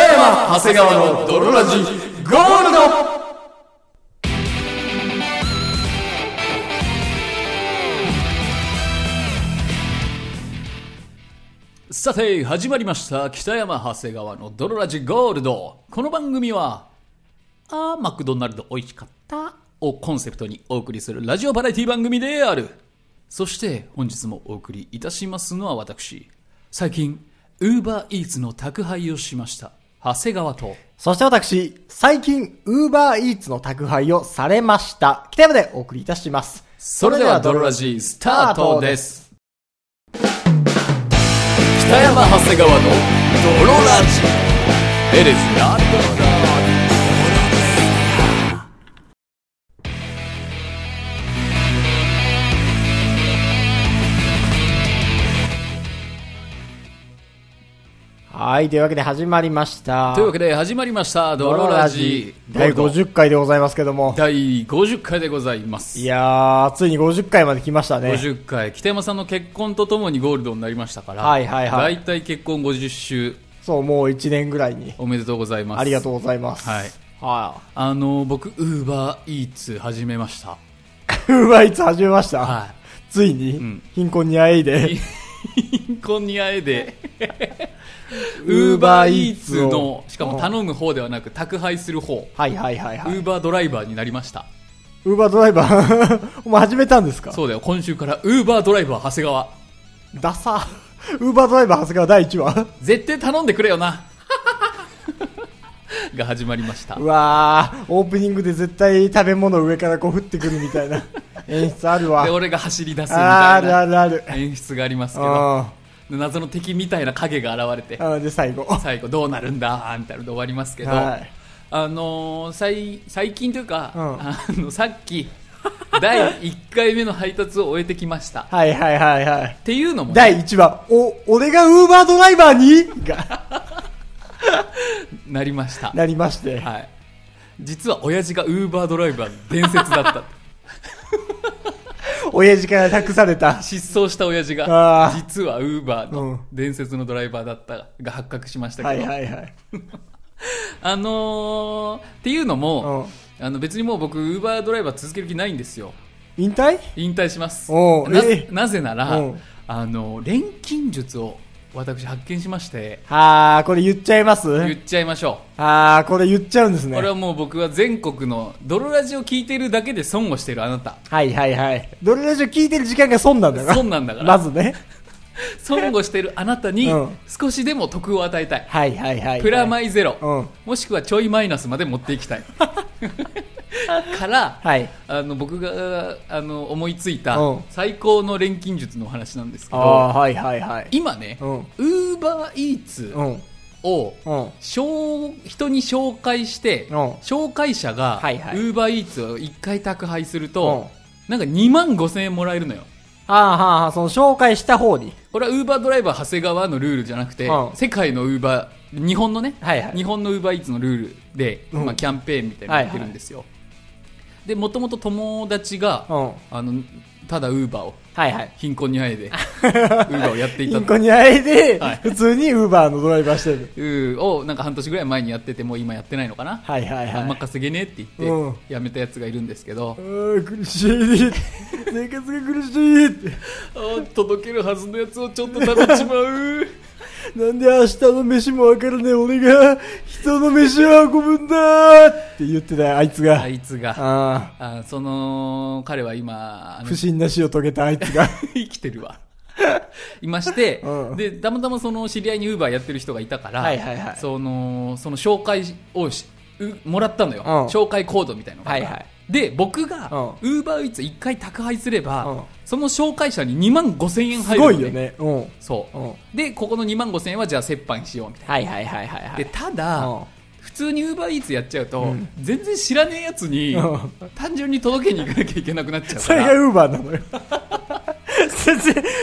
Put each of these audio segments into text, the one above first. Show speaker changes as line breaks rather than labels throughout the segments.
長谷川の泥ラジゴールドさて始まりました北山長谷川の泥ラジゴールドこの番組はあーマクドナルド美味しかったをコンセプトにお送りするラジオバラエティ番組であるそして本日もお送りいたしますのは私最近ウーバーイーツの宅配をしました長谷川と
そして私、最近、ウーバーイーツの宅配をされました。北山でお送りいたします。
それではドロラジースタートです北山長谷川のドロラジエレスランドラ
はい、というわけで始まりました。
というわけで始まりましたドロラジ
第50回でございますけども。
第50回でございます
いやー、ついに50回まで来ましたね。
50回北山さんの結婚とともにゴールドになりましたから、
はいはいはい
大体結婚50周
そう、もう1年ぐらいに。
おめでとうございます
ありがと
う
うございます。
はい
は
あの僕ウーバーイーツ始めました
い。ウーバーイーツ始めました。
は
ついに、
ん
貧困にあえいで。
い貧困にあえでウー
Uber
バーイーツ
Eats を
のしかも頼む方ではなく宅配する方
はいはいはい
ウ
はい。
ーバードライバーになりました
ウーバードライバー、 お前始めたんですか
そうだよ今週からウーバードライバー長谷川
ダサ。ウーバードライバー長谷川第1話。
絶対頼んでくれよな が始まりました
うわー、オープニングで絶対食べ物上からこう降ってくるみ たいな演出あるわ。
で
あ
俺が走り出すみ
ー
た
あ
い
るあ
な
るある。
演出がありますけど
う
で謎の敵みたいな影が現れて
ん。うんで、最後。
最後どうなるんだみたいなので終わりますけど、
はい
あのー最最近というか、
うん
あのさっき第1回目の配達を終えてきましたっ
はいはいはいはい。
ていうのも、ね、
第1話、お、俺がウーバードライバーにが、
なりました、
なりまして。
はい、実は親父がウーバードライバーの伝説だった
親父から託さ れた。
失踪した親父
あ
が
ー
実はウーバー
う
の
ん
伝説のドライバーだったが発覚しましたけど、
はいはいはい。
あのーっていうのも、
う
あの別にもう僕ウーバードライバー続ける気ないんですよ
引退
引退します
おう
な
ええ
なぜなら
うん
あの錬金術を私発見しまして
あー、これ言っちゃいます
言っちゃいましょ
あー、これ言っちゃうんです
う、
ね。
これ
は
はもう僕は全国の泥ラジを聞いているだけで損をしているあなた
いはいはい。どれラジオ聞いてる時間が損なんだから。
損なんだから
まずね。
損をしているあなたに
うん
少しでも得を与えたい
はいはいはい。
プラマイゼロ、
うん
もしくはちょいマイナスまで持っていきた いから、
はい。
あの僕があの思いついた
うん
最高の錬金術のお話なんですけ
あ
ど
ー、はいはいはい。
今ね
うん
ウーバーイーツ
うん。
を
うん。
紹人に紹介して、
うん
紹介者がウ
はいはい
ーバーイーツを1回宅配する
うん
と、なんか2万5000円もらえるのよ
ああ、はあはあ、その紹介した方に。
これはウーバードライバー長谷川のルールじゃなくて、
うん
世界のウーバー日本のね、
はいはい
日本のウーバーイーツのルールで、
うん
まあ、キャンペーンみたいなのやってるんですよ、でもともと友達が、
うん。は
あのただウーバーを
いはい。
貧困にあえ でウーバーをやってい
イ
た
ンコにあえで
はい、
普通にウーバーのドライバーしてる。
うーをなんか半年ぐらい前にやっててもう今やってないのかな
はいはい
あんま
はい。
稼げねえって言
う
っ
ん
てやめたやつがいるんですけど
う、ーん、苦しい。生活が苦しいって。
あー届けるはずのやつをちょっと食べちまう
なんで明日の飯もわからねえ俺が、人の飯を運ぶんだって言ってたあいつが。
あいつが
あ
あーその彼は今あ
あ。
の
不審な死を遂げたあいつが。
生きてるわいまして、
うん
でたまたまその知り合いにウーバーやってる人がいたから、
はいはいはい
そのその紹介をしうもらったのよ、
うん
紹介コードみたいなのが
はいはい
で僕が
う
ウーバーイーツ1回宅配すれば、
うん
その紹介者に2万5000円
す
入るの
ごいよね。うん。
そう、
うん
でここの2万5000円はじゃあ折半しようみたいな
はいはいはいはいは
で
い。
ただ、
うん
普通にウーバーイーツやっちゃうと、
うん
全然知らねえやつに、
うん
単純に届けに行かなきゃいけなくなっちゃう
そ
か
れが
ら
ウーバーなのよ。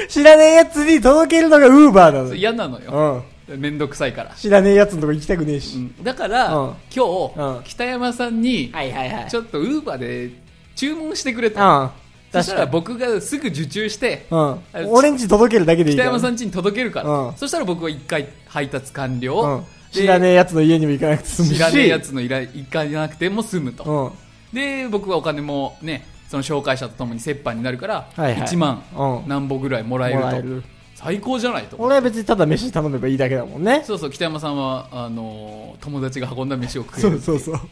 知らねえやつに届けるのがウーバーなのよ。
嫌なのよ
うん。
面倒くさいから、
知らねえやつのとこ行きたくねえし。
うんだから、
うん
今日、
うん
北山さんに、
いはいは
ちょっとウーバーで注文してくれと、
うん。
そしたら
確
僕がすぐ受注して、
か
あ
に。
れ
うん。俺んち届けるだけでいいか
北
ら。
山さん家に届けるから、
うん
そしたら僕は1回配達完了、
うん知らねえやつの家にも行かなくて済むし。
知らねえやつの依頼行かなくても済むと、
うん。
で僕はお金もねその紹介者とともに折半になるから、
はいはい
1万
うん
何歩ぐらいもらえる
も
と
らえる。
最高じゃないと
俺は別にただ飯頼めばいいだけだもんね。
そうそう北山さんはあのー友達が運んだ飯を食える
そうそうそう。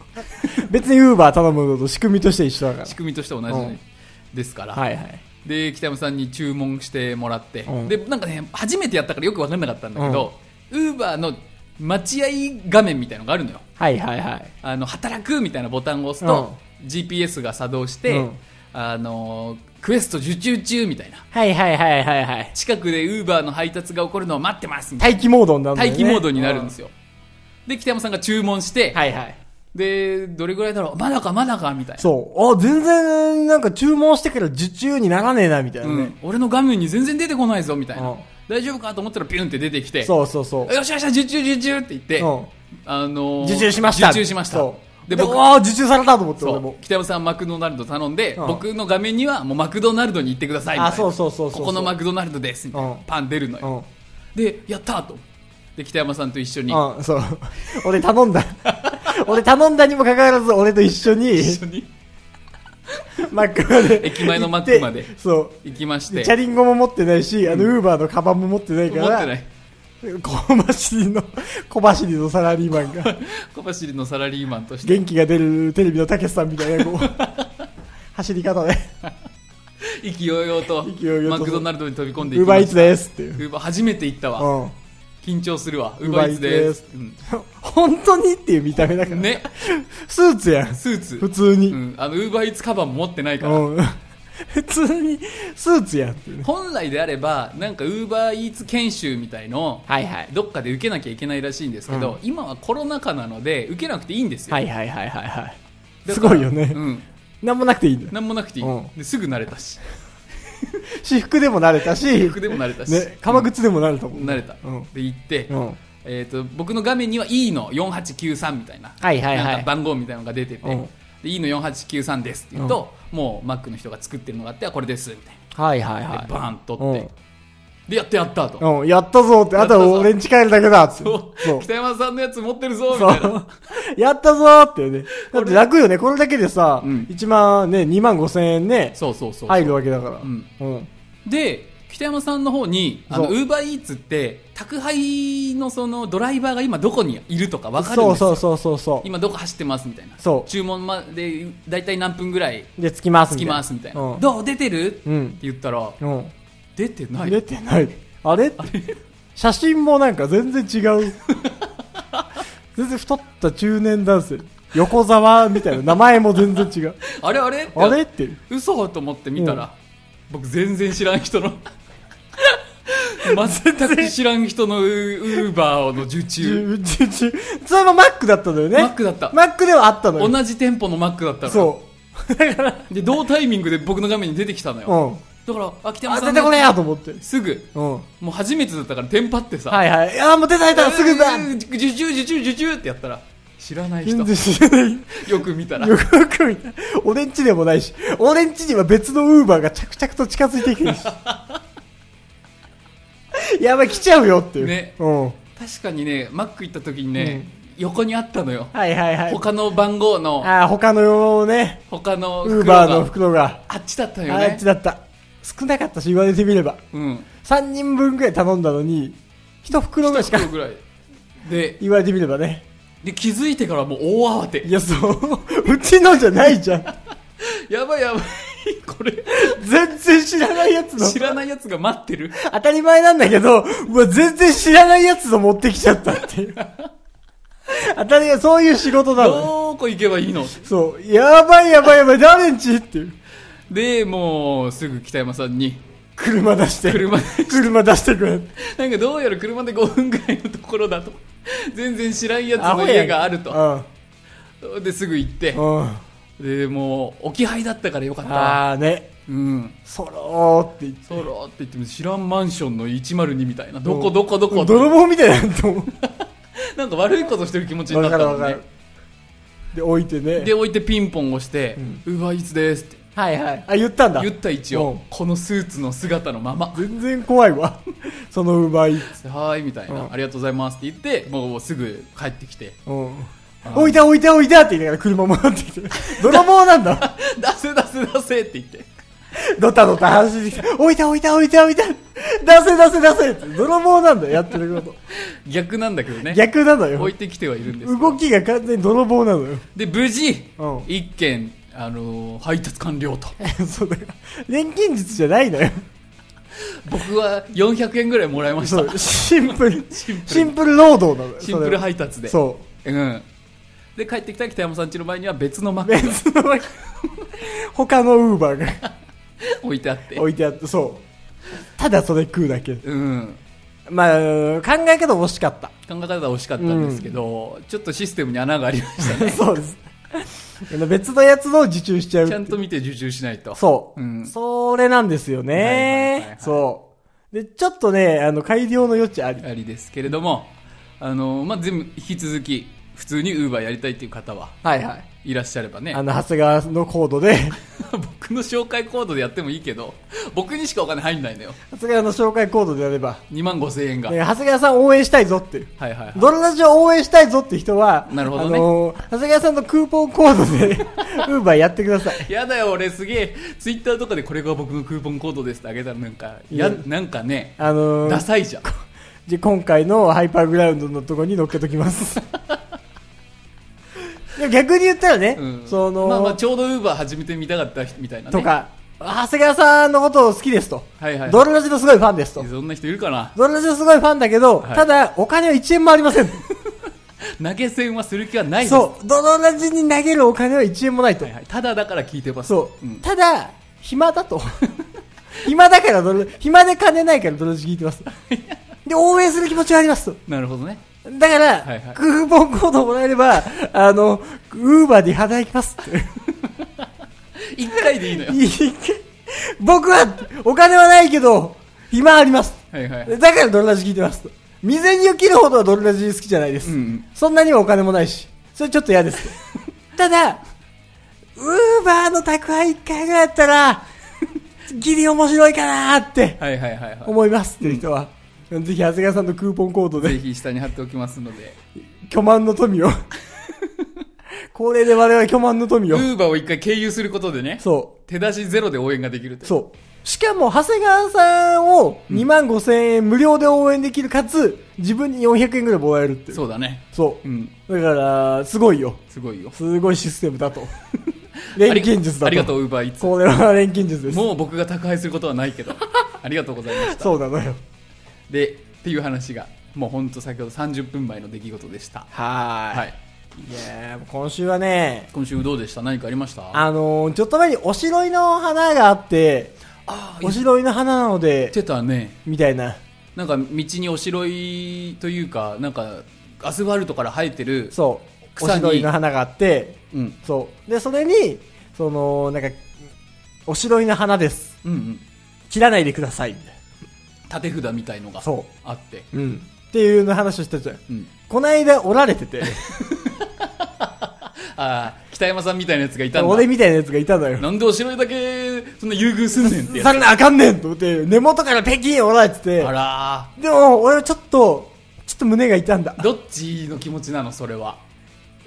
別にウーバー頼むのと仕組みとして一緒だから
仕。組みとして同じじゃないですから、
はいはい。
で北山さんに注文してもらって、
うん
でなんかね初めてやったからよく分かんなかったんだけど、ウーバーの待合画面みたいのがあるのよ
はいはいはい。
あの働くみたいなボタンを押すと、GPS が作動して、
うん
あのクエスト受注中みたいな
はいはいはいはいはい。
近くでウーバーの配達が起こるのを待ってますみたい
待機モードになるん
な
だよね。
待機モードになるんです
よ。
よ、で北山さんが注文して、
はいはい。
でどれぐらいだろうまだかまだかみたいな
そう。あ、全然、なんか注文してから受注にならねえな、みたいな
うん
ね。、
俺の画面に全然出てこないぞみたいな、
うん
大丈夫かと思ったらピュンって出てきて
そうそうそう。
よしよし受注受注って言って、
うん
あのー
受注しました。
受注しました
そう
で
で、
僕
僕、ああ、受注されたと思って、
そ
俺
う
も。
北山さんマクドナルド頼んで、
うん
僕の画面にはもうマクドナルドに行ってくださいみたいな
あそうそうそうそうそう
ここのマクドナルドですみたいな、
うん
パン出るの
う
よ、
ん。
でやったーとで北山さんと一緒に、
うん、 そう。俺頼んだ。 俺頼んだにもかかわらず、俺と一 緒に、
一緒に
マックまで。
駅前のマックまで
行ってそう。
行きまし
で
て
チャリンコも持ってないし、あの、ウーバーのカバンも持ってないか
思ってな
ら、
い
小走 りの、小走りのサラリーマンが、
小走りのサラリーマンとして
元気が出るテレビのたけしさんみたいな、こう、 走り方で、
意気揚々と
意気揚々
マ
と
クドナルドに飛び込んでい
ウー
き
バ
ま
ーイーツ
した
ですっていう。
ウーバー初めて行ったわ、
うん。
緊張するわウー
Uber
バーイーツです、
本当にっていう見た目だか
う
ら。
んね
スーツやん。
スーツ
普通に。
うん、あのウーバーイーツカバン持ってないから、
うん 普通にスーツやんっていうね。
本来であればなんかウーバーイーツ研修みたいのを
はいはい。
どっかで受けなきゃいけないらしいんですけど、
うん
今はコロナ禍なので受けなくていいんですよ、
はいはいはいはいはい。
だ
す
から
ごいよね
う。ん、
なんもなくていいんだよ。
何もなくていい、
うん
ですぐ慣れたし
私服でも慣れたし、
服でも慣れたし、
ね、革靴でも慣れたもん
慣れた、
うん
で行って、
うん。
えー、と僕の画面には E の4893みたいな,、
はいはいはい
なんか番号みたいなのが出てて、
うん
で E の4893ですって言うと、もうマックの人が作ってるのがあってあこれですみたい
はいはい
な、
は
で
い。
バーンと取って、でやったやったと、
うん。うん、やったぞって、
やっ
あ
た
と
ぞ
は俺ん家帰るだけだって。
そう
そう。
北山さんのやつ持ってるぞみ
そ
たいな
う。 やったぞってね。だって楽よね。これだけでさ、
うん
1万ね、2万5千円ね、
そうそうそう
入るわけだから。
ん
うん。
で北山さんの方にあのウ
そう
ーバーイーツって宅配のそのドライバーが今どこにいるとか分かるん
そ
で
う
すよ
そうそうそうそう。
今どこ走ってますみたいな
そう
注文まで大体何分ぐらい
で、着きます
着き
みたいな。
ますみたいな、
うん
どう出てる、
う
って
ん。
言ったら
うん。
出てない
出てない。あれ写真もなんか全然違う。全然太った中年男性。横沢みたいな。名前も全然違う。
あれあれって
あれって。
嘘と思って見たら、僕全然知らん人 の全く知らん人のウーバーの受注
十十十それもマックだったのよね。
マックだった
マックではあったのよ。
同じ店舗のマックだったのよ
そう。だから、
で同タイミングで僕の画面に出てきたのよ、
う
だ
ん。
から、あ、北山
あ、
さ
出
ん
てこ
の
ねえやと思って。
すぐ、
うん。
もう初めてだったから、テンパってさ、
はいはい。あー、もう出た出た、すぐだ
うー受注、受注、受注ってやったら、知らない人
全然、知らない。
よく見たら、
よく見た。俺んちでもないし、俺んちには別のウーバーが着々と近づいてきてるし。 やばい、来ちゃうよっていう。
ね
うん。
確かにね、マック行った時にね、横にあったのよ。
はいはいはい。
他の番号の、
あー他のよね、
他の
ウ
袋
ーバーの
が、
袋が、
あっちだったのよ
あっ
ね
ち。だった。少なかったし、言われてみれば。
うん。
3人分くらい頼んだのに、1袋ぐらいしか
一、袋ぐらい。で、
言われてみればね。
で、気づいてからもう大慌て
い。や、そう。う ちのじゃないじゃん。
やばいやばい、これ、
全然知ら ないやつの。
知らないやつが待ってる。
当たり前なんだけど、うわ、全然知らないやつの持ってきちゃったっていう。当たり前、そういう仕事なのよ。
どこ行けばいいの
そう。やばいやばいやばい、誰んちっていう。
で、もう、すぐ北山さんに、
車出して。
車で
車出してくれ。
なんかどうやら車で5分ぐらいのところだと全然知らんやつの家があると
と。
ですぐ行って
うん。うん。
でもう置き配だったからよかったわ
ああね。
うん
そろーって言って。
そろって言っても知らんマンションの102みたいなどこどこどこ
泥棒みたいなのと思
なんか悪いことしてる気持ち
う。
にな
わ
った
かる
も
わ
ん
か
ね
る。で、置いてね。
で置いてピンポン押して「ウーバーイーツです」ってはいはい
あ、言ったんだ。
言った一応、
うん
このスーツの姿のまま
全然怖いわ。 その奪い。
はーいみたいな、
うん
ありがとうございますって言ってもうすぐ帰ってきて
うん。置いた置いた置いたって言いながら車もらってきて。泥棒なんだ。
出せ出せ出せって言って
ドタドタ走ってきて。置いた置いた置いた置いた。出せ出せ出せって。泥棒なんだよ、やってる こと。
逆なんだけどね
逆なのよ
置い。てきてはいるんですけど
動きが完全に泥棒なのよ。
で無事、
うん
一件、あのー配達完了と
そうだよ。錬金術じゃないのよ。
僕は400円ぐらいもらいまし
そ
た
う。シンプル。
シンプル
シンプル労働なのよ。
シンプル
配
配達で、
そう
ん、で帰ってきた北山さん家の前には別のマ
う。
ック
別の、 他のウーバーが。
置いてあって
置いてあってそうただそれ食うだけ
うん
まあ考え方惜し かった
考え方は惜しかったんですけど、ちょっとシステムに穴がありました
そうですあの別のやつの受注しちゃうっ
ち
て
ゃ
い
ん
う
と見て受注しないと
そう、
うん
それなんですよ
はいはいはいは
ね
い
そうでちょっとねあの改良の余地あり
ありですけれどもあのー、まあ、全部引き続き普通にウーバーやりたいっていう方は
はいはい
いらっしゃればね
あの長谷川のコードで
僕の紹介コードでやってもいいけど僕にしかお金入んないのよ
長谷川の紹介コードでやれば、
2万5千円が、
ね長谷川さん応援したいぞっていう
はいはいはい
ドロラジオ応援したいぞって人は、
なるほどね
あの長谷川さんのクーポンコードで、 ウーバーやってください。
やだよ俺すげえツイッターとかでこれが僕のクーポンコードですってあげたらなんかや
うん
なんかね
あのー
ダサいじゃん
じゃあ今回のハイパーグラウンドのとこに乗っけときます。 でも逆に言ったらね、
うん
その、
まあまあちょうどウーバー始めてみたかった人みたいなね
とか、長谷川さんのことを好きですと。
はいはい
ドロラジのすごいファンですと。
そんな人いるかな
ドロラジのすごいファンだけど、
はい
ただお金は1円もありません。
投げ銭はする気はないです
そう、ドロラジに投げるお金は1円もないと。
はいはい、ただだから聞いてます
そう、
ん
ただ、暇だと。 暇だからドロ、暇で金ないからドロラジ聞い てます。で、応援する気持ちはありますと。
なるほどね
だから、
はいはい
クーポンコードもらえれば、あの、ウーバーで働きますって。
1回でいいのよ
いい僕は、お金はないけど、暇あります。
はいはい
だからドルラジ聞いてますと。未然に起きるほどはドルラジ好きじゃないです。
うんうん
そんなにはお金もないし。それちょっと嫌です。ただ、ウーバーの宅配1回ぐらいやったら、ギリ面白いかなーって
はいはいはいは
思いますっていう人は、ぜひ長谷川さんのクーポンコード
い
で
ぜひ下に貼っておきますので
巨万の富を。これで我々巨万の富
ウ
を。
ーバーを1回経由することでね
そ
手出しゼロで応援ができると
う。
いう
そう。しかも、長谷川さんを2万5千円無料で応援できる、かつ、自分に400円ぐらいもらえるっていう。
そうだね
そうう。
ん
だから、すごいよ。
すごいよ
すごいシステ ムだと。錬金術だと。
ありありがとうウーバーイーツ
これは錬金術です。
もう僕が宅配することはないけど ありがとうございました
そうなのよ。
でっていう話がもうほんと先ほど30分前の出来事でした
は
はい
い。いやー今週はね、
今週どうでした何かありましたあ
あのー、ちょっと前におしろいの花があって、
あ
お
言っ
しろいの花なので、
てたね
みたいな。
なんか道におしろいというかなんかアスファルトから生えてる
そう。お
草に
しろいの花があって、
うん
そう。で、それに、その、なんか、おしろいの花です。
うんうん
切らないでください。みたい
縦札みたいのが
なそ
あって
う。うん。っていうの話をしたじゃん。
うん
こないだおられてて、
ああ北山さんみたいなやつがいたんだ
俺みたいなやつがいたのよ。
なんでおしろいだけそんな優遇すんねんってや
されなあかんねんと思って、根元から北京おられて
つ
て
あ、ら
でも俺はちょっと、ちょっと胸が痛んだ
ー。どっちの気持ちなのそれは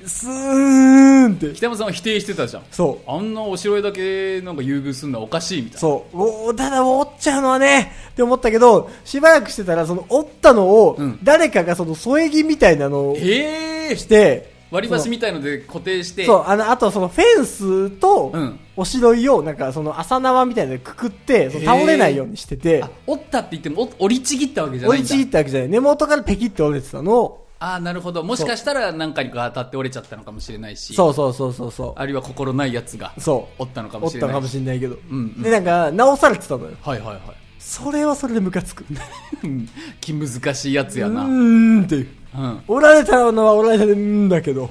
スーンって。
北山さんは否定してたじゃん
そう。
あんなおしろいだけなんか優遇するのはおかしいみたいな
そう。おーただ折っちゃうのはね、って思ったけど、しばらくしてたら、その折ったのを
うん、
誰かがその添え木みたいなのを
へえ
して、
割り箸みたいので固定して
そう、あの、あとそのフェンスと
うん、
おしろいを、なんかその朝縄みたいなのでくくって、その倒れないようにしてて
あ、折ったって言ってもお折りちぎったわけじゃな
折
いん
り
だ
ちぎったわけじゃない。根元からペキって折れてたのを、
ああなるほどもしかしたら何かに当たって折れちゃったのかもしれないし
そうそうそうそうそ
あるいは心ないやつが
う。そ
折ったのか
う。
も
折っ
しれ
た
ない
のかもしれないけど
んうん。
で、なんか、直されてたのよ。
はいはいは
それはそれでムカつく。
いうん 気難しいやつや
う
な、
ーんっていう。
うん、
折られたのは折られたで、うーんだけど。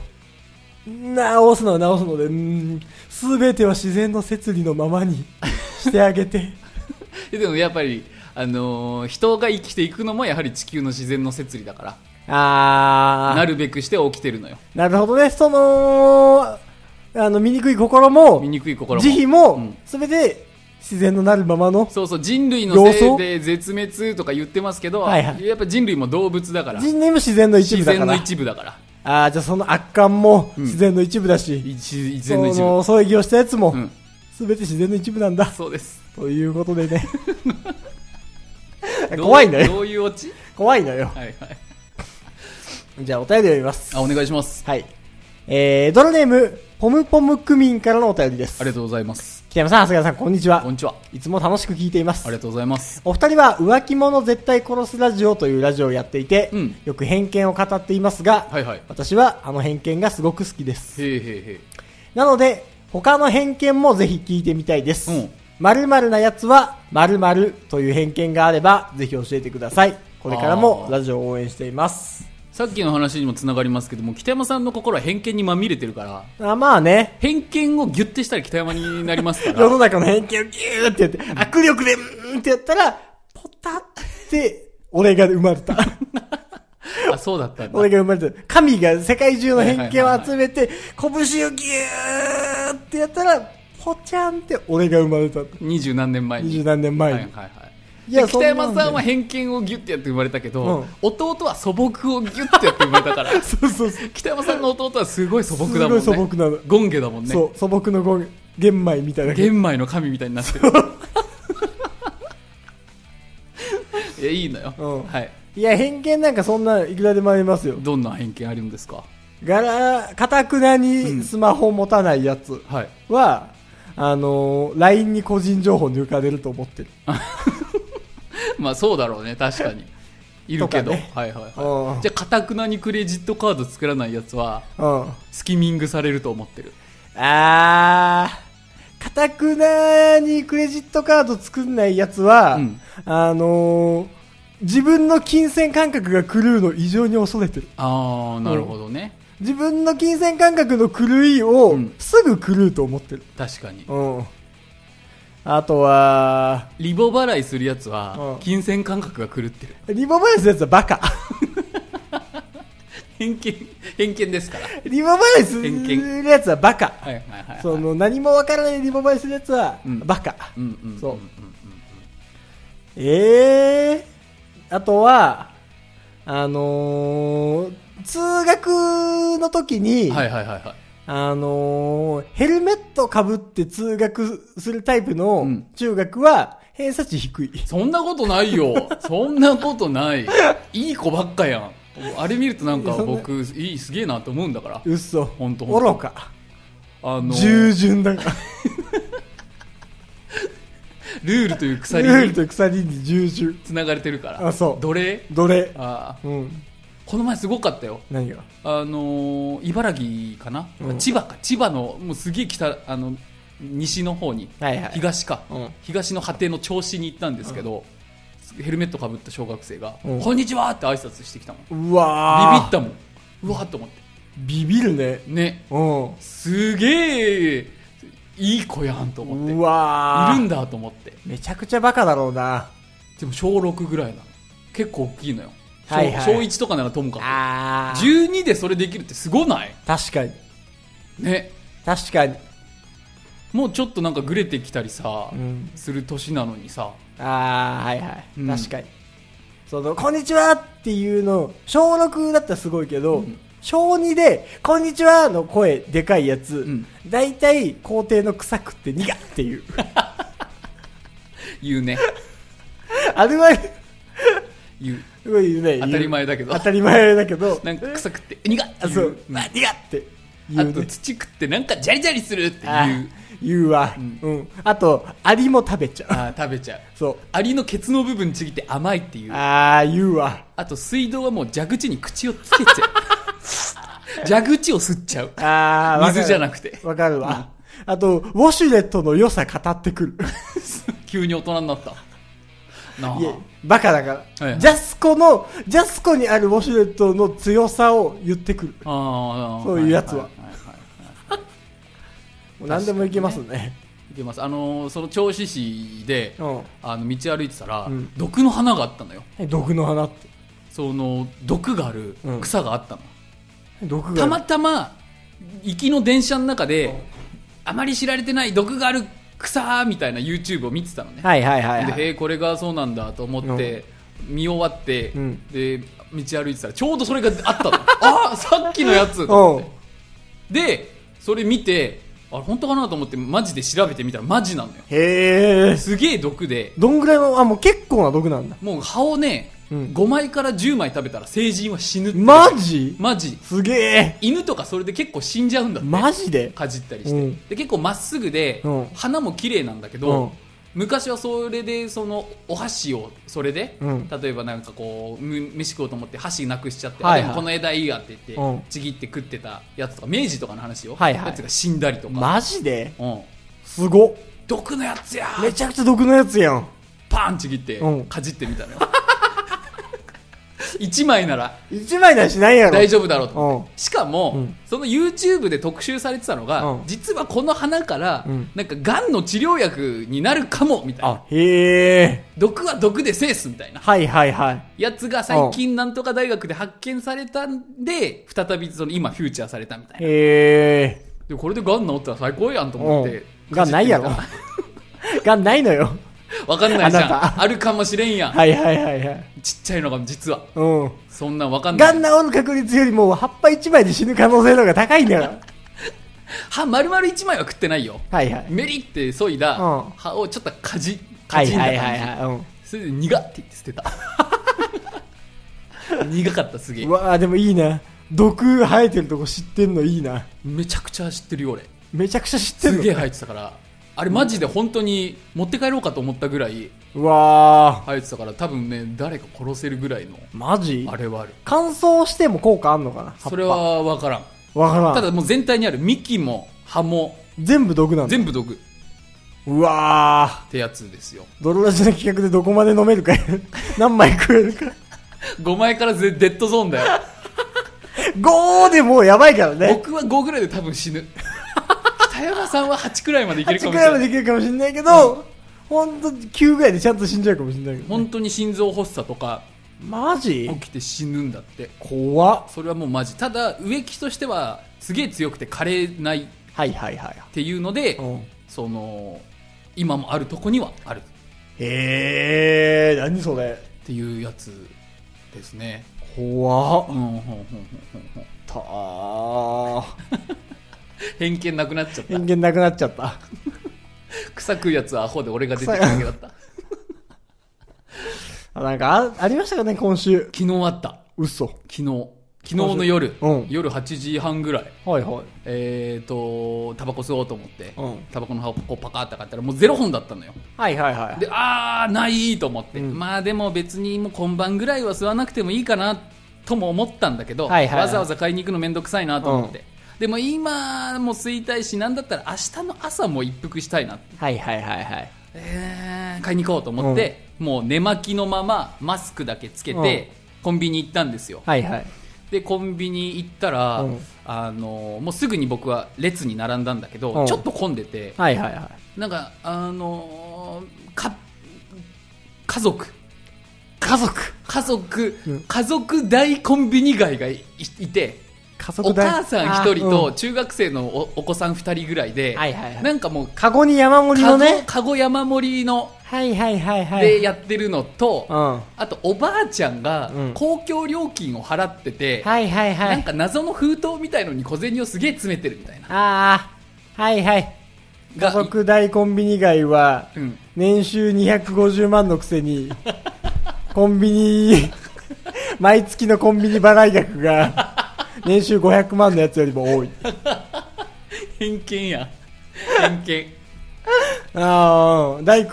直すのは直すので、うーん。すべては自然の摂理のまま にしてあげて。
ででもやっぱり、あのー人が生きていくのもやはり地球の自然の摂理だから
あー。
なるべくして起きてるのよ
なるほどね、その、あの、醜い心も
見、にくい心も
慈悲も、
うん
すべて自然のなるままの、
そうそう人類のせい
様
で絶滅とか言ってますけど、
はいはい
やっぱ人類も動物だから
人類も自然の一部
自
だ
然
か
の
ら。
一部だから
ああ、じゃあその圧巻も
うん
自然の一部だし、
一自
そ
然の一部
の騒ぎをしたやつも
う、ん
すべて自然の一部なんだ。
そうです
ということでね。
どう
怖いんだよ。
どういうオチ
怖いのよ。
はいはい
じゃあお便り読みます。
あお願いします
はい。えー、ドラネーム、ポムポム区民からのお便りです。
ありがとうございます
北山さん、長谷川さん、こんにちは
こん。にちはい
つも楽しく聞いています
あり。がとうございます
お二人は浮気者絶対殺すラジオというラジオをやっていて、
うん
よく偏見を語っていますが、
はいはい
私はあの偏見がすごく好きです。
へえへえ
なので、他の偏見もぜひ聞いてみたいです。
うん
〇〇なやつは〇〇という偏見があれば、ぜひ教えてください。これからも
あー
ラジオを応援しています。
さっきの話にもつながりますけども北山さんの心は偏見にまみれてるから
あまあね、
偏見をギュッてしたら北山になりますか
世
ら
の中の偏見をギューってやって、握力でうーんってやったら、ポタって、俺が生まれ た。
あそうだったんだ
俺が生まれた。神が世界中の偏見
はいはいはいは
を
い
集めて、拳をギューってやったら、ポチャンって俺が生まれた。
二十何年前
二
に
十何年
はいは
前
い
に。
はい
いや
で
そん
北
なんで
山さんは偏見をギュッてやって生まれたけど、
うん
弟は素朴をギュッてやって生まれたから
そうそうそう。
北山さんの弟はすごい素朴
す
だも
ご
ん
い
ね
素朴なの。
権下だもんね
そう、素朴のご玄米みたいな。
玄米の神みたいになってる いやいいのよ、
うん
はい
いや、偏見なんかそんないくらでもありますよ。
どんな偏見あるんですか
柄、かたくなにスマホ持たないやつ
はい
は、あのー、LINE に個人情報抜かれると思ってる。
まあそうだろうね確か にいるけど、
とかね
はいはいは
うん
いじゃあかたくなにクレジットカード作らないやつは
うん。
スキミングされると思ってる
あー、かたくなにクレジットカード作んないやつは、
うん
あのー自分の金銭感覚が狂うの異常に恐れてる。
ああなるほどね、
自分の金銭感覚の狂いを、
うん
すぐ狂うと思ってる。
確かに
うん。あとは、
リボ払いするやつ
う
は
ん
金銭感覚が狂ってる
リボバイスのやつは バカ。
偏見偏見ですからは
リボバイスのやつはバカ。
いはいはいはい
その、何もわからないリボバイスのやつは
うん、
バカ。
うんうんうん
そうんええあとは、あのー通学の時に、
はいはいはいはい
あのーヘルメット被って通学するタイプの
うん
中学は、偏差値低い。
そんなことない よそんなことないいい子ばっかやんあれ見るとなんか
いやそんな
僕いいすげえなと思うんだから
嘘。
ほんとほんと
愚か。
あの
従
ル
順だから。
ールという
ル
鎖
ール
に
と鎖に従順。
つながれてるから
あそう
奴隷
奴隷。
あー
うん。
この前すごかったよ
何が
あのー茨城かな、
うん
千葉か千葉のもうすげえ北あの西の方に、
はいはい
東か、
うん
東の果ての銚子に行ったんですけど、ヘルメットかぶった小学生が、
うん
こんにちはって挨拶してきたもん
うわ
ビ
ー
ビったもんうわーっと思って
ビビるね。
ね
うん。
すげえいい子やんと思って
うわー
いるんだと思って
めちゃくちゃバカだろうな。
でも小6ぐらいなの結構大きいのよ、小
はいはい
小1とかならともか
あ
く
ー。
12でそれできるってすごない
確かに。
ね
確かに。
もうちょっとなんかグレてきたりさ、
うん
する年なのにさ
ああ、はいはい、
うん
確かに。その、こんにちはっていうの、小6だったらすごいけど、
うん
小2で、こんにちはの声でかいやつ、
ん
大体校庭の臭くって苦っていう。
言うね
あれは、
言う
すごいね。
当たり前だけど
当たり前だけど、
なんか臭くて苦っ
あ
て
そ
言う
う、あ苦って
あ
言う、
と
ね。
土食ってなんかジャリジャリするって
あ
いう
言うわ、うん。あと、アリも食べちゃう。
あー食べちゃう
そう。
アリのケツの部分ちぎって甘いっていうあ
ああ、言うわ。
と水道はもう蛇口に口をつけち ゃう蛇口を吸っちゃう
ああ、
水じゃなくて
わかるわ。あと、ウォシュレットの良さ語ってくる。
急に大人になったなあ
いや、バカだか
はいは
ら。
い
ジャスコの、ジャスコにあるウォシュレットの強さを言ってくる。
あー
そういうやつは
はいいいはい
もう何でもいけますね。
いけますあのーその銚子市で、
うん
あの道歩いてたら、
うん
毒の花があったのよ
毒の花って。
その毒がある
うん
草があったの、
毒が。
たまたま行きの電車の中であまり知られてない毒がある草みたいな YouTube を見てたのね、
はいはいはい、は
で
い。
へえこれがそうなんだと思って、見終わって、
ん
で道歩いてたらちょうどそれがあ ったのあーさっきのやつ
うん。
でそれ見てあれ本当かなと思ってマジで調べてみたらマジなのよ
へえ。
すげえ毒で
どんぐらいの、あ、もう結構な毒なんだ。
もう葉をね、
うん
5枚から10枚食べたら成人は死ぬって
マジ
マジ
すげえ。
犬とかそれで結構死んじゃうんだって
マジで
かじったりして、
うん
で結構まっすぐで、
うん
花も綺麗なんだけ
うん
ど、昔はそれでそのお箸をそれで、
うん
例えばなんかこうむ飯食おうと思って箸なくしちゃって、
はいはい
あでもこの枝いいやって言って、
うん
ちぎって食ってたやつとか明治とかの話よ、
はいはい
やつが死んだりとか、
マジで
うん、
すごっ。
毒のやつやー
めちゃくちゃ毒のやつやん。
パーンちぎって
うん
かじってみたのよ、1枚なら
一枚だしないやろ。
大丈夫だろうと思って
う
しかも、
うん
その YouTube で特集されてたのが、
うん
実はこの花から、
うん
なんかがんの治療薬になるかもみたいな
あ、へえ。
毒は毒で制すみたいな
はいはいはい。
やつが最近なんとか大学で発見されたんで再びその今フューチャーされたみたいな
へえ。
でこれでがん治ったら最高やんと思って
うんがんないやろがないのよ。
わかんないじゃ
あなんた
あるかもしれんやん
はいはいはいはい。
ちっちゃいのが実は
うん。
そんなんわかんな
が
い
ん治る確率よりも葉っぱ一枚で死ぬ可能性の方が高いんだから。
歯丸々1枚は食ってないよ
はいはい。
メリって削いだ
うん
歯をちょっとかじ
は
か
い
じんだ
は
感
い
じ、
はいは
それで苦って言って捨てた 苦かったすげ
い。
え
うん。うわあでもいいな。毒生えてるとこ知ってんのいいな。
めちゃくちゃ知ってるよ俺
めちゃくちゃ知ってん
す
の。
げえ生えてたからあれマジで本当に持って帰ろうかと思ったぐらいう
わあ
生えてたから多分ね誰か殺せるぐらいの
マジ
あれはある
乾燥しても効果あんのかな葉っぱ
それ。は分からん
わからん。
ただもう全体にある幹も葉も
全部毒なんだ。
全部毒っ
うわあ
てやつですよ
泥ラジの企画でどこまで飲めるか何枚食えるか。
5枚からぜデッドゾーンだよ
5でもうやばいからね。
僕は5ぐらいで多分死 ぬ北山さんは8くらいまでいけるか
8
も
く
し
ら
れ
いま
ない
でいけるかもしれないけど、ほんと9ぐらいでちゃんと死んじゃうかもしれないけどね、
本当に心臓発作とか
マジ
起きて死ぬんだって
怖っ。
それはもうマジただ植木としてはすげえ強くて枯れないっ
はいはいはい。
ていうので、
うん、
その今もあるとこにはあるっ
へえ、何それ。
ていうやつですね
怖っ
うんほんほんほんほんほん
たー。
偏見なくなっちゃった
人間なくなっちゃった。
草食うやつはアホで俺が出てきただけだった
あなんかあ、ありましたかね、今週。
昨日あった
嘘。
昨日昨日の夜、
うん
夜8時半ぐらい
はいはい。
えー、とタバコ吸おうと思って、
うん
タバコの葉をこうパカって買ったらもうゼロ本だったのよ
はいはいはい。
であーないと思って、
うん
まあでも別にもう今晩ぐらいは吸わなくてもいいかなとも思ったんだけど、
はいはいはい
わざわざ買いに行くの面倒くさいなと思って、でも今も吸いたいしなんだったら明日の朝も一服したいなって、
はいはいはいはい。
えー買いに行こうと思って、もう寝巻きのままマスクだけつけて、コンビニ行ったんですよ
はいはい。
でコンビニ行ったら、
うん
あのもうすぐに僕は列に並んだんだけど、
うん
ちょっと混んでて
はいはいはい。
なんかあのか家族
家族。
家族、
うん
家族大コンビニ街がいいて
家
お
族大
母さん1人
あう
と
ん
中学生のおお子さん2人ぐらいで、
はいはいはい
なんかもう
カゴに山盛り
カ
の
ゴ,、
ね。
カゴ山盛りの
はいはいはいはい。
でやってるのと、
うん。は
あとおばあちゃんが
うん
公共料金を払ってて、
いはいは
なん
い。
か謎の封筒みたいのに小銭をすげえ詰めてるみたいな
ああ、はいはい。
が
家族大コンビニ街は、
うん
年収250万のく せに、コンビニ、毎月のコンビニ払い額が、年収500万のやつよりも多い。
偏見や偏見
ああ、大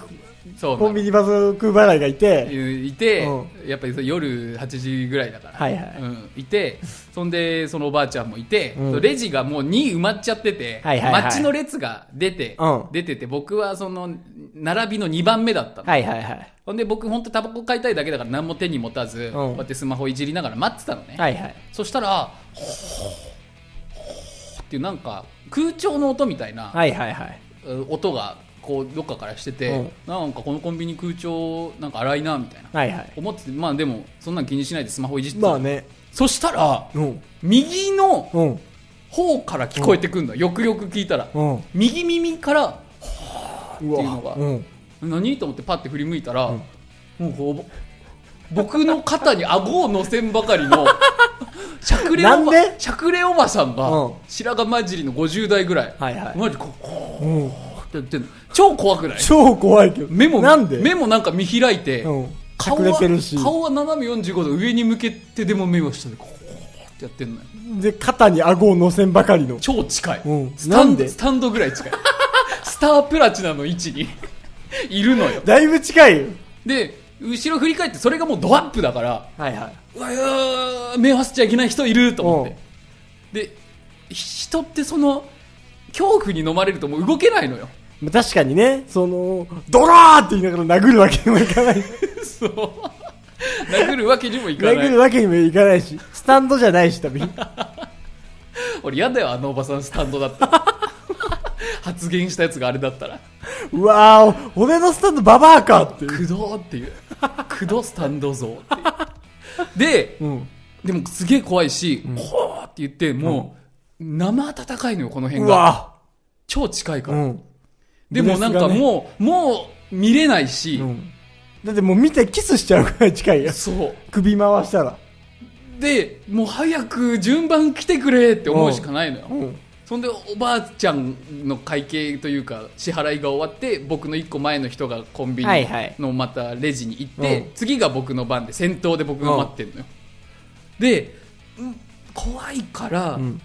そう
コンビ
ニ
ニバスク払いがいて、
いて、
う
やっぱりそれ夜8時ぐらいだから、
はいはい
うん、いてそんでそのおばあちゃんもいて、
うん
レジがもう2埋まっちゃってて、
はいはいはい
マッチの列が出て、
うん
出てて僕はその並びの2番目だったの、
はいはいはい。
ほんで僕本当タバコ買いたいだけだから何も手に持たず、こうやってスマホいじりながら待ってたのね、
はいはい。
そしたら「ほーほーっていうなんか空調の音みたいな、
はいはいはい。
音がこうどっかからしてて、
うん
なんかこのコンビニ空調なんか荒いなみたいな
はいはい。
思っててまあでもそんなん気にしないでスマホいじってた
まあね。
そしたら
うん。
右の
うん。
方から聞こえてくるのよくよく聞いたら
うんう
右耳から
わ
っていうのが
うん
何と思ってパッて振り向いたら、
うん
もうこう僕の肩に顎を乗せんばかり のしゃくれおば
なんで
しゃくれおばさんが、
うん
白髪混じりの50代ぐらい、
はいはい
マジこうこ
うん
うってやってんの超怖くない
超怖いけど
目も
なんで
目もなんか見開いて、
うん
顔
隠
は
れてるし
顔は斜め45度上に向けてでも目は下でこうってやってんのよ
で肩に顎を乗せんばかりの
超近い、
うん
スタン
なんで
スタンドぐらい 近いスタープラチナの位置に いるのよ
だいぶ近いよ
で後ろ振り返ってそれがもうドアップだから
はいはいう
わうわ目を合わせちゃいけない人いると思ってで人ってその恐怖に飲まれるともう動けないのよ
まあ確かにね、その、ドラーって言いながら殴るわけにもいかない。
そう殴るわけにもいかな
殴
い
るわけにもいかないし、スタンドじゃないし、多分。
俺嫌だよあのおばさんスタンドだったら 発言したやつがあれだったら
うわぁ、俺のスタンドババアかっていう。
くどーっていうくどスタンド像っていうで
うん。
でもすげえ怖いし、ほーって言ってもう、生温かいのよこの
う
辺が
わ
超近いか
ぁ。う
ら、
ん。
でもなんかもう、もう見れないし、
うん。だってもう見てキスしちゃうくらい近いよ。
そう。
首回したら。
で、もう早く順番来てくれって思うしかないのよ。
うん。
そんで、おばあちゃんの会計というか、支払いが終わって、僕の一個前の人がコンビ
はい
ニ
はい
のまたレジに行って、
うん
次が僕の番で、先頭で僕が待ってるのよ。で、うん怖いから、
うん。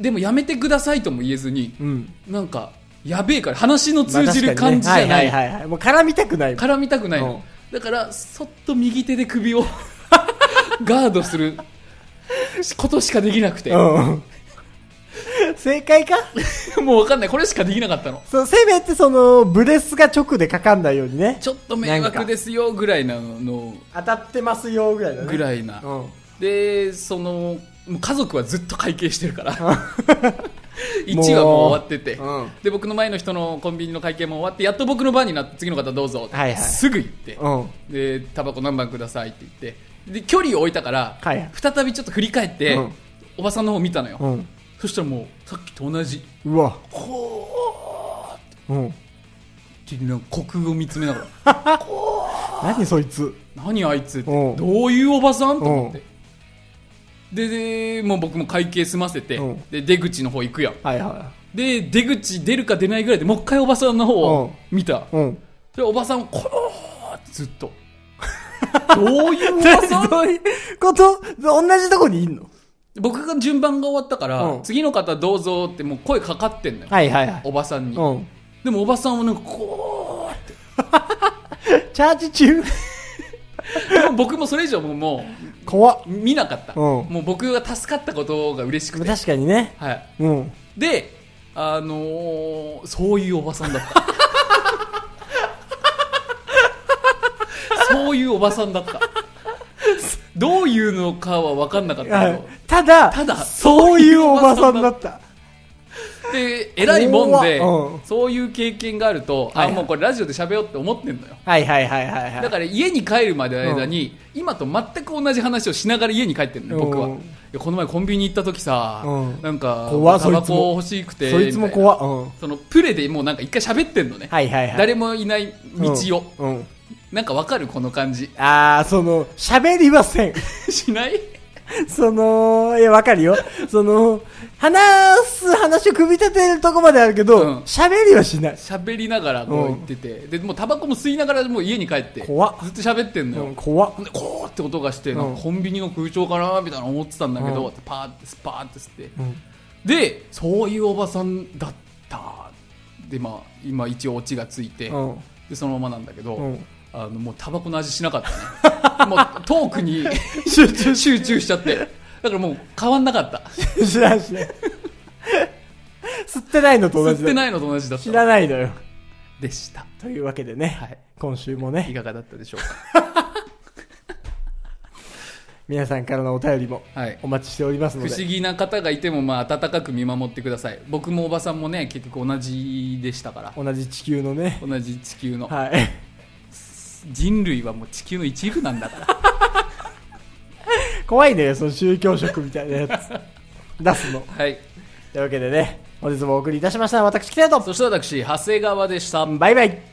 でもやめてくださいとも言えずに、
うん。
なんか、やべえから、話の
まあ
通じる感じじゃ
確か
な
に
い
ねはいはいはいはい。もう絡みたくない。
絡みたくないの、だからそっと右手で首を ガードすることしかできなくて、
うん。正解か
もう分かんないこれしかできなかったの
そう、せめてその、ブレスが直でかかんないようにね。
ちょっと迷惑ですよぐらいなの
当たってますよ、ぐらいだね。
ぐらいな、
うん。
でそのもう家族はずっと会計してる から1話もう終わってて、
うん
で僕の前の人のコンビニの会計も終わってやっと僕の番になって次の方どうぞって、
はいはい
すぐ行って、
うん。
でタバコ何番くださいって言ってで距離を置いたから、
はいはい
再びちょっと振り返って、
うん
おばさんの方見たのよ、
うん。
そしたらもうさっきと同じ
うわ。
こ
うん。
うってなんか国語見つめながら
何そいつ。
何あいつって
う
ど
ん
ういうおばさんと思ってででもう僕も会計済ませて、
うん
で出口の方行くやん
はいは
で出口出るか出ないぐらいでもう一回おばさんの方を見た、
い。うん。
でおばさんこうってずっ とどういうおばさん
どういうこと同じとこにいんの
僕が順番が終わったから、
うん
次の方どうぞってもう声かかってんのよ、
はいはいはい。
おばさんに、
うん。
でもおばさんはなんかこ
チャージ中
うでも僕もそれ以上もうも
怖っ
う見なかった、
うん
もう僕が助かったことが嬉しくて、
確かにね。
はい、
うん。
であのーそういうおばさんだったそういうおばさんだったどういうのかは分かんなかったけど、
はいただ、
ただ
そういうおばさんだった。
で偉いもんで、
怖っうん
そういう経験があると、
はいはい
あもうこれラジオで喋ようって思ってんのよ
はいはいはいはい は
だから家に帰るまでの間に、今と全く同じ話をしながら家に帰ってるのよ僕は、
うん
いやこの前コンビニ行った時さ、
うん
なんか
怖っ
タバ
そいつも
コ欲しくて
そいつも
みたいな
怖っうん。
そのプレでもうなんか一回喋ってんのね、
はいはいはい。
誰もいない道を、
うん。うん。
なんかわかるこの感じ
あー、その、喋りません。
しない
その、いや、わ かるよ。その、話す話を組み立てるとこまであるけ
う
ど
ん、
喋、りはしない。
喋りながらこう言ってて、でもうタバコも吸いながらもう家に帰って
怖っ
ずっと喋ってんのよ、
うん、怖っ
ほんでこうって音がして、
うん
なんかコンビニの空調かなみたいな思ってたんだけど、
う
パーってスパーって吸って、
ん
でそういうおばさんだったでまあ今一応オチがついて、
うん。
でそのままなんだけど、
うん
あのもうタバコの味しなかったね もうトークに
集中し
集中しちゃってだからもう変わんなかった
知ら ん知らん。吸ってないのと同
吸っ
じだ。
てないのと同じだっ
知
た
らないのよ。
でした
というわけでね、
はい
今週も
い
ね、
かがだったでしょうか
皆さんからのお便りも
はい
お待ちしておりますの
不
で。
思議な方がいてもまあ温かく見守ってください僕もおばさんもね結局同じでしたから
同じ地球のね、
同じ地球の
はい。
人類はもう地球の一部なんだから
怖いね、その宗教色みたいなやつ。出すの。
はい
というわけでね、本日もお送りいたしました。私、北谷と。
そして私、長谷川でした。
バイバイ。